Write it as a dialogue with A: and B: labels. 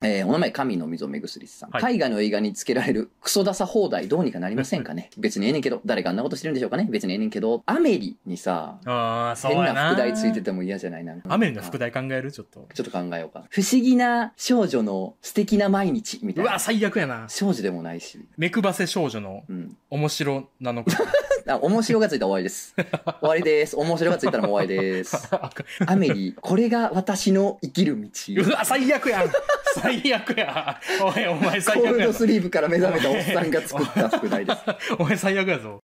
A: えーお名前神の溝目薬さん、
B: はい
A: 海外の映画につけられるクソダサ放題どうにかなりません かね別にええねんけど誰があんなことしてるんでしょうかね別にええねんけどアメリにさ
B: ああ、そう
A: 変
B: や
A: な
B: な。
A: 副題ついてても嫌じゃないなんか
B: 雨の副題考えるちょっと。
A: ちょっと考えようか不思議な少女の素敵な毎日みた
B: う
A: いな
B: わ、最悪やな。
A: 少女でもないし、
B: 目くばせ少女の
A: うん、
B: 面白 なのか。
A: あ面白がついたら終わりです 終わりです面白がついたらもう終わりですアメリこれが私の生きる道
B: うわ、最悪やん。最悪や。おい、お前
A: コ
B: 最
A: ー
B: 悪
A: ル
B: や
A: ド
B: ぞ。
A: スリーブから目覚めたおっさんが作った副題です
B: お前最悪やぞ。